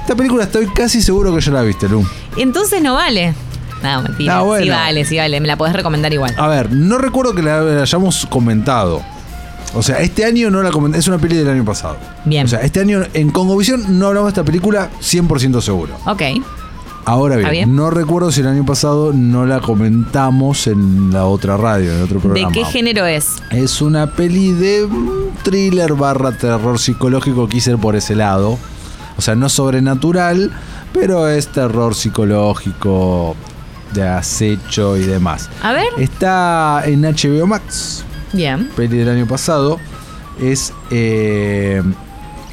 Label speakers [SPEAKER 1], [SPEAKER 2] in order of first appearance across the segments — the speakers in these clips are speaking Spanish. [SPEAKER 1] Esta película estoy casi seguro que ya la viste, Lu.
[SPEAKER 2] Entonces no vale. No, mentira.
[SPEAKER 1] No, bueno. Ah,
[SPEAKER 2] Sí vale, sí vale. Me la podés recomendar igual.
[SPEAKER 1] A ver, no recuerdo que la, la hayamos comentado. O sea, este año no la comenté. Es una peli del año pasado.
[SPEAKER 2] Bien.
[SPEAKER 1] O sea, este año en Congovisión no hablamos de esta película 100% seguro.
[SPEAKER 2] Ok.
[SPEAKER 1] Ahora bien,
[SPEAKER 2] ¿Está bien?
[SPEAKER 1] no recuerdo si el año pasado no la comentamos en la otra radio, en otro
[SPEAKER 2] ¿De
[SPEAKER 1] programa.
[SPEAKER 2] qué género es?
[SPEAKER 1] Es una peli de mm, thriller barra terror psicológico, quise ir por ese lado. O sea, no sobrenatural, pero es terror psicológico, de acecho y demás.
[SPEAKER 2] A ver.
[SPEAKER 1] Está en HBO Max,
[SPEAKER 2] Bien.
[SPEAKER 1] peli del año pasado. Es eh,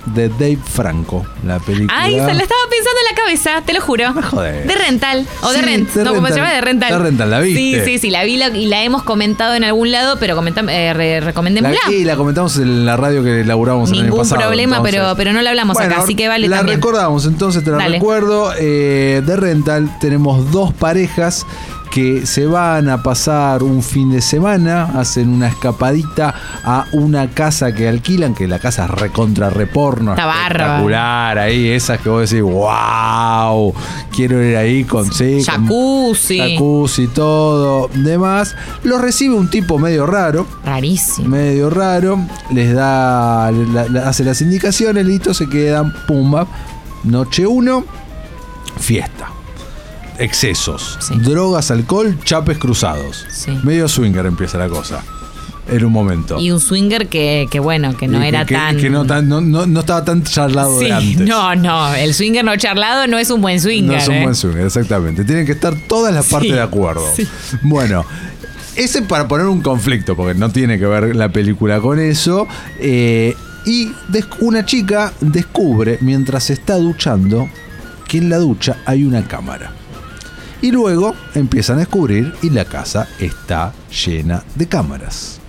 [SPEAKER 1] de Dave Franco, la película.
[SPEAKER 2] Ay, se la estaba pensando en la cabeza, te lo juro.
[SPEAKER 1] joder.
[SPEAKER 2] De rental. O de
[SPEAKER 1] Sí,
[SPEAKER 2] rent.
[SPEAKER 1] de
[SPEAKER 2] no, como se
[SPEAKER 1] Rental.
[SPEAKER 2] llama, de rental.
[SPEAKER 1] De Rental, ¿la viste?
[SPEAKER 2] Sí, sí, sí, la vi la- y la hemos comentado en algún lado, pero comentam, eh, re-
[SPEAKER 1] La,
[SPEAKER 2] recomendémosla.
[SPEAKER 1] y la comentamos en la radio que laburábamos el año
[SPEAKER 2] Ningún
[SPEAKER 1] pasado.
[SPEAKER 2] problema,
[SPEAKER 1] entonces.
[SPEAKER 2] pero, pero no la hablamos
[SPEAKER 1] Bueno,
[SPEAKER 2] acá, así que vale
[SPEAKER 1] La
[SPEAKER 2] también.
[SPEAKER 1] recordamos, entonces te la
[SPEAKER 2] Dale.
[SPEAKER 1] recuerdo. eh, de Rental tenemos dos parejas que se van a pasar un fin de semana, hacen una escapadita a una casa que alquilan, que la casa es recontra reporno,
[SPEAKER 2] Está bárbaro.
[SPEAKER 1] espectacular, ahí esas que vos decís, wow, quiero ir ahí con sí, con
[SPEAKER 2] Jacuzzi.
[SPEAKER 1] jacuzzi, todo, demás. Los recibe un tipo medio raro
[SPEAKER 2] Rarísimo.
[SPEAKER 1] medio raro, les da, la- la- hace las indicaciones, listo, se quedan, pumba. Noche 1, fiesta. Excesos,
[SPEAKER 2] Sí.
[SPEAKER 1] drogas, alcohol, chapes cruzados.
[SPEAKER 2] Sí.
[SPEAKER 1] Medio swinger empieza la cosa. En un momento.
[SPEAKER 2] Y un swinger que, que bueno, que
[SPEAKER 1] Y
[SPEAKER 2] no
[SPEAKER 1] que-
[SPEAKER 2] era
[SPEAKER 1] que-
[SPEAKER 2] tan.
[SPEAKER 1] que no, tan- no- no- no estaba tan charlado
[SPEAKER 2] Sí,
[SPEAKER 1] de antes.
[SPEAKER 2] no, no. El swinger no charlado no es un buen swinger.
[SPEAKER 1] No es un
[SPEAKER 2] eh.
[SPEAKER 1] buen swinger, exactamente. Tienen que estar todas las
[SPEAKER 2] Sí,
[SPEAKER 1] partes de acuerdo.
[SPEAKER 2] sí.
[SPEAKER 1] Bueno, ese para poner un conflicto, porque no tiene que ver la película con eso. eh, y des- una chica descubre, mientras se está duchando, que en la ducha hay una cámara. Y luego empiezan a descubrir y la casa está llena de cámaras.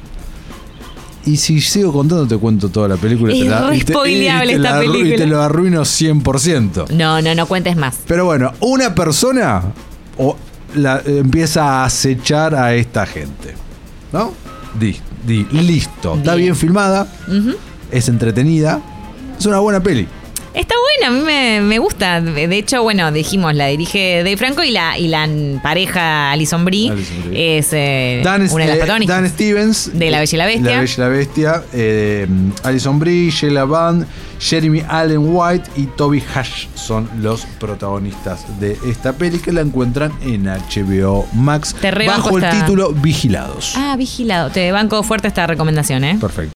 [SPEAKER 1] Y si sigo contando, te cuento toda la película.
[SPEAKER 2] Es
[SPEAKER 1] te la-
[SPEAKER 2] re
[SPEAKER 1] y te- y
[SPEAKER 2] spoileable
[SPEAKER 1] te
[SPEAKER 2] esta
[SPEAKER 1] la arru- Y te
[SPEAKER 2] película.
[SPEAKER 1] lo arruino 100%.
[SPEAKER 2] No, no, no cuentes más.
[SPEAKER 1] Pero bueno, una persona o la- empieza a acechar a esta gente. ¿No? Di, di, listo. Está
[SPEAKER 2] Bien.
[SPEAKER 1] bien filmada,
[SPEAKER 2] Ujú.
[SPEAKER 1] es entretenida, es una buena peli.
[SPEAKER 2] Está buena, a mí me, me gusta. De de hecho, bueno, dijimos, la dirige Dave Franco y la, y la n- pareja Alison Brie
[SPEAKER 1] Alison Brie.
[SPEAKER 2] es eh,
[SPEAKER 1] Dan,
[SPEAKER 2] una de las
[SPEAKER 1] eh,
[SPEAKER 2] protagonistas.
[SPEAKER 1] Dan Stevens. eh,
[SPEAKER 2] De La Bella y la Bestia.
[SPEAKER 1] La Bella y la Bestia. eh, Alison Brie, Sheila Band, Jeremy Allen White y Toby Hash son los protagonistas de esta peli que la encuentran en HBO Max
[SPEAKER 2] Te rebanco
[SPEAKER 1] bajo el
[SPEAKER 2] esta-
[SPEAKER 1] título Vigilados.
[SPEAKER 2] Ah, vigilado. Te banco fuerte esta recomendación, ¿eh?
[SPEAKER 1] Perfecto.